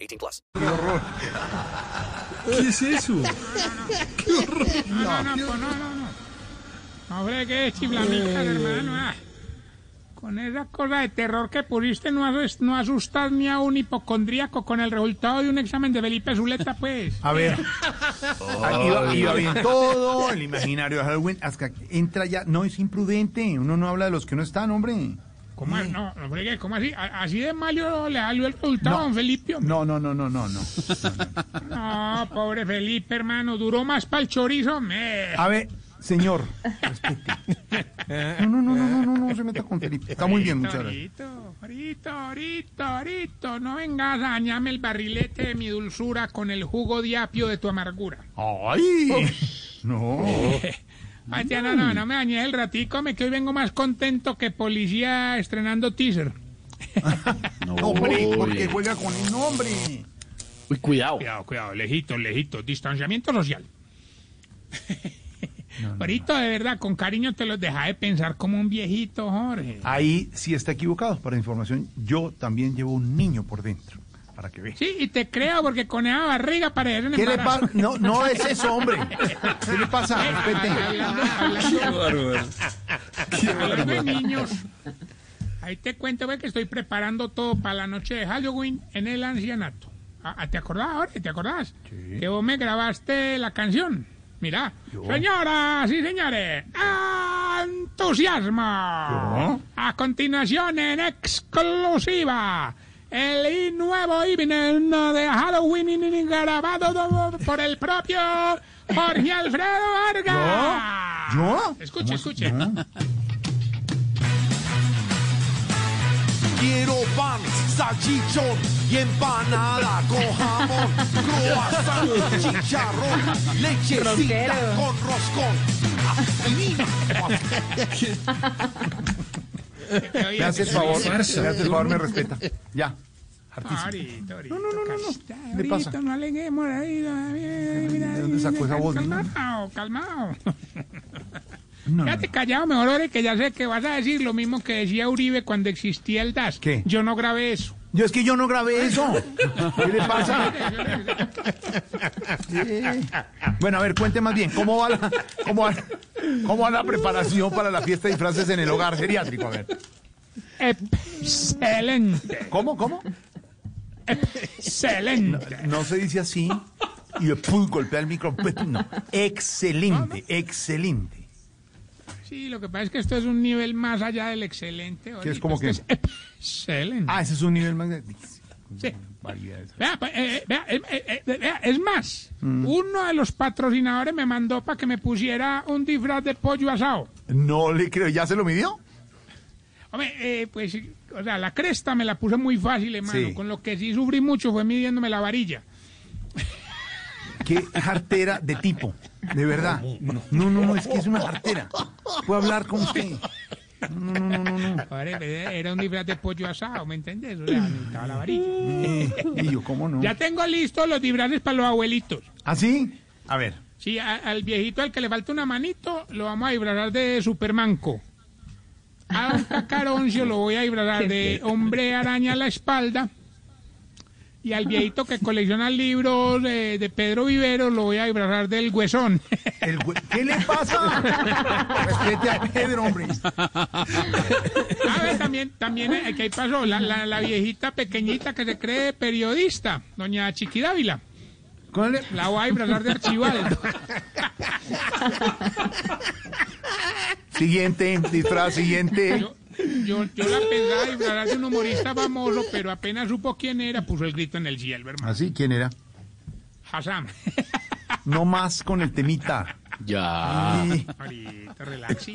18 plus. ¿Qué es eso? No, no, no, pues no, no, no. No, hombre, qué chiflamitas, Eh. hermano. ah. Con esa cosa de terror que pusiste, no, asus- no asustas ni a un hipocondríaco con el resultado de un examen de Felipe Zuleta, pues. A ver. Ah, Iba, iba bien todo, el imaginario de Halloween, hasta que entra ya. No, es imprudente. Uno no habla de los que no están, hombre. ¿Cómo, es? no, no, hombre, ¿qué? ¿cómo así? A- Así de malo le salió el resultado a No. don Felipe. hombre. No, no, no, no, no, no. No, pobre Felipe, hermano. Duró más para el chorizo. Me. A ver, señor, respete. No, no, no, no, no, no, no se meta con Felipe. Está muy bien, muchas gracias. Torito, torito, torito, torito. No vengas a dañarme el barrilete de mi dulzura con el jugo de apio de tu amargura. ¡Ay! No. Ay, tía, no, no, no me dañes el ratico, me que hoy vengo más contento que policía estrenando teaser. Hombre, porque juega con el nombre. Uy, cuidado. Cuidado, cuidado, lejitos, lejitos, distanciamiento social. Ahorita, de verdad, con cariño te los deja de pensar como un viejito, Jorge. Ahí sí está equivocado. Para información, yo también llevo un niño por dentro. Para que vea. Sí, y te creo porque con esa barriga parecen ¿Qué le embarazos. pasa? No, no es eso, hombre. ¿Qué le pasa? Respete. Hablando, hablando- hablando de niños. Ahí te cuento güey, que estoy preparando todo para la noche de Halloween en el ancianato. Ah, ah, ¿Te acordás ahora? ¿Te acordás? Que vos me grabaste la canción. Mirá. Señoras y señores, entusiasmo. A continuación en exclusiva. El nuevo evening de Halloween grabado por el propio Jorge Alfredo Vargas. ¿Yo? Escuche, escuche. Quiero pan, salchichón y empanada con jamón, croissant, chicharrón, lechecita con roscón. Ah, divino. Me hace el favor. Me hace el favor, me respeta. Ya. Ahorita, ahorita, no, no, no, no. ahorita, ¿Qué le pasa? ahorita, no aleguemos ahí. no, eh, mira, ¿De dónde sacó esa voz, niño? Calmao, calmao. No, no, Ya te callado mejor, Ore, que ya sé que vas a decir lo mismo que decía Uribe cuando existía el DAS. ¿Qué? Yo no grabé eso. Yo es que yo no grabé eso. ¿Qué le pasa? Bueno, a ver, cuente más bien. ¿Cómo va la, cómo va, cómo va la preparación para la fiesta de disfraces en el hogar geriátrico? A ver. Excelente, ¿Cómo? ¿Cómo? excelente. No se dice así. Y después golpea el micrófono. No. Excelente, excelente. Sí, lo que pasa es que esto es un nivel más allá del excelente. Que es Ore, como esto que- es excelente. Ah, ese es un nivel más de... Sí. Variedades. Vea, pa- eh, eh, vea, eh, eh, eh, vea, es más, uno de los patrocinadores me mandó para que me pusiera un disfraz de pollo asado. No le creo. ¿Ya se lo midió? Hombre, eh, pues, o sea, la cresta me la puse muy fácil, hermano. Sí. Con lo que sí sufrí mucho fue midiéndome la varilla. Qué jartera de tipo, de verdad. No, no, no, es que es una jartera. Puedo hablar con usted. Hombre, eh, era un disfraz de pollo asado, ¿me entendés? O sea, necesitaba la varilla. Y yo, ¿cómo no? ¿Ah, Ya tengo listos los disfraces para los abuelitos. ¿Así? A ver. Sí, a- al viejito al que le falta una manito, lo vamos a disfrazar de Supermanco. A don Cacaroncio lo voy a disfrazar de hombre araña a la espalda. Y al viejito que colecciona libros eh, de Pedro Vivero lo voy a disfrazar del huesón. El güe- ¿Qué le pasa? Respete a Pedro, hombre. A ver, Ah, también, también eh, que ahí pasó la, la- la viejita pequeñita que se cree periodista, doña Chiqui Dávila. ¿Cómo le- La voy a disfrazar de archivaldo. Siguiente, disfraz, siguiente. Yo, yo, yo la pensaba disfrazar de un humorista famoso, pero apenas supo quién era, puso el grito en el cielo, hermano. ¿Así? ¿Ah, ¿Quién era? Hassan. No más con el temita. Ya. Y- Ahorita, relaxi.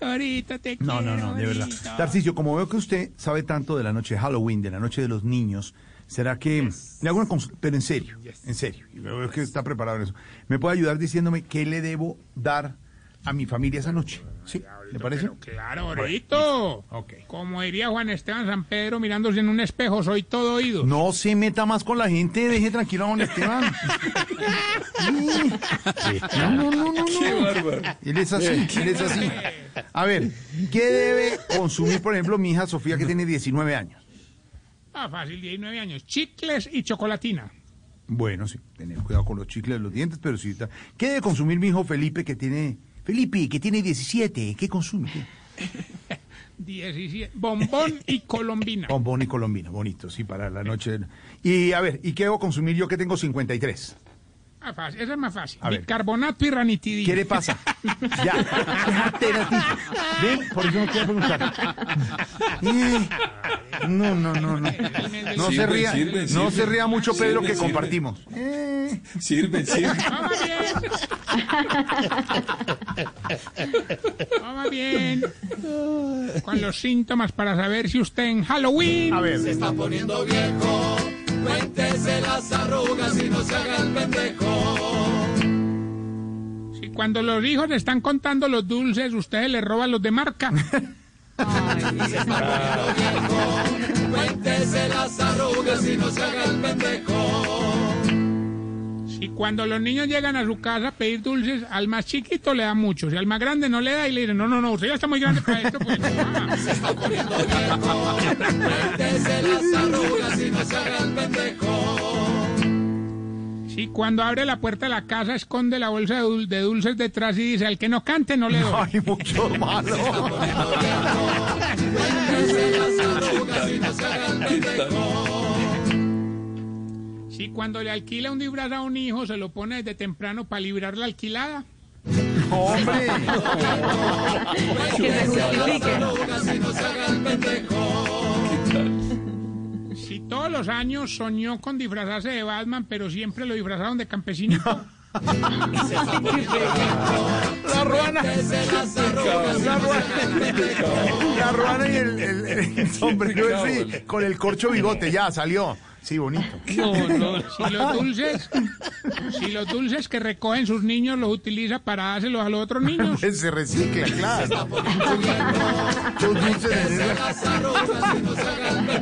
Ahorita te No, no, quiero, no, de verdad. ahorita. Tarcisio, como veo que usted sabe tanto de la noche de Halloween, de la noche de los niños, ¿será que le hago una consulta? Pero en serio, en serio. y Veo que está preparado en eso. ¿Me puede ayudar diciéndome qué le debo dar a mi familia esa noche? ¿Sí? ¿Le parece? Pero claro, ahorita. Ok. Como diría Juan Esteban San Pedro mirándose en un espejo, soy todo oído. No se meta más con la gente, deje tranquilo a don Esteban. No, no, no, no, no. Él es así, él es así. A ver, ¿qué debe consumir, por ejemplo, mi hija Sofía, que tiene 19 años? Ah, fácil, 19 años. Chicles y chocolatina. Bueno, sí, tener cuidado con los chicles de los dientes, pero sí. ta- ¿Qué debe consumir mi hijo Felipe que tiene. Felipe, que tiene 17, ¿qué consume? 17. Bombón y colombina. Bombón y colombina, bonito, sí, para la noche. Y a ver, ¿y qué debo consumir yo que tengo 53? Ah, fácil, Esa es más fácil. A ver. Bicarbonato y ranitidina. ¿Qué le pasa? Ya, déjate la tita. Ven, por eso no quiero preguntar. Eh, No, no, no, no. No se Sirve, ría, sirve, no sirve. se ría mucho, Pedro, Sirve, que sirve. compartimos. Eh, Sirve, sirve. Vamos bien. Vamos bien. Con los síntomas para saber si usted en Halloween. a ver, está poniendo viejo. Cuéntese las arrugas y no se haga el pendejo. Si cuando los hijos están contando los dulces, ustedes les roban los de marca. Cuéntese las arrugas y no se haga el pendejo. Si cuando los niños llegan a su casa a pedir dulces, al más chiquito le da mucho. Si al más grande no le da y le dicen, no, no, no, usted ya está muy grande para esto. Pues, mamá". Cuéntese las arrugas y no se haga el pendejo. si cuando abre la puerta de la casa, esconde la bolsa de, dul- de dulces detrás y dice, al que no cante no le doy. hay mucho malo. Si cuando le alquila un disfraz a un hijo, se lo pone desde temprano para librar la alquilada. Hombre, Si todos los años soñó con disfrazarse de Batman, pero siempre lo disfrazaron de campesinito. la ruana. La ruana. La ruana y el, el, el sombrero ese con el corcho bigote, ya salió. Sí, bonito. Si los dulces, si los dulces que recogen sus niños los utiliza para dárselos a los otros niños. Pues se recicla, claro. Los dulces de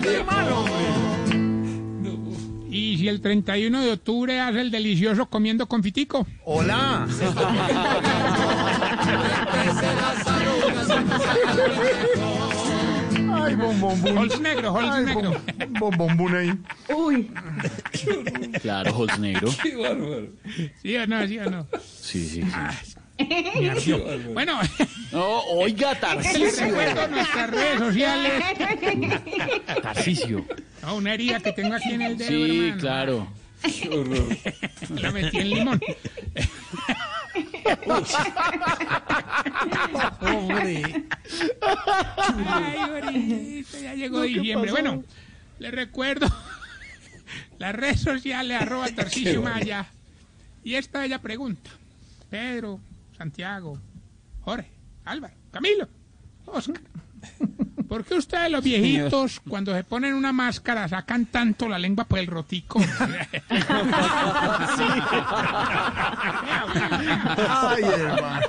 leche. Y si el 31 de octubre hace el delicioso comiendo confitico. Hola. Ay, bombombún. Holz negro, Holz Ay, negro. bom- bombombún ahí. Claro, Holz Negro. Qué bárbaro. ¿Sí o no? ¿Sí o no? Ah, Sí, sí, sí. Bueno, No, oiga, les Tarcisio. recuerdo nuestras redes sociales. Tarcisio. No, una herida que tengo aquí en el dedo, Sí, hermano. claro. Qué horror. La metí en limón. Ay, ahorita ya llegó diciembre. Bueno, les recuerdo las redes sociales arroba Tarcisio Maya. Y esta ella pregunta. Pedro, Santiago, Jorge, Álvaro, Camilo, Oscar. ¿Por qué ustedes los viejitos cuando se ponen una máscara sacan tanto la lengua por el rotico? Ay, hermano.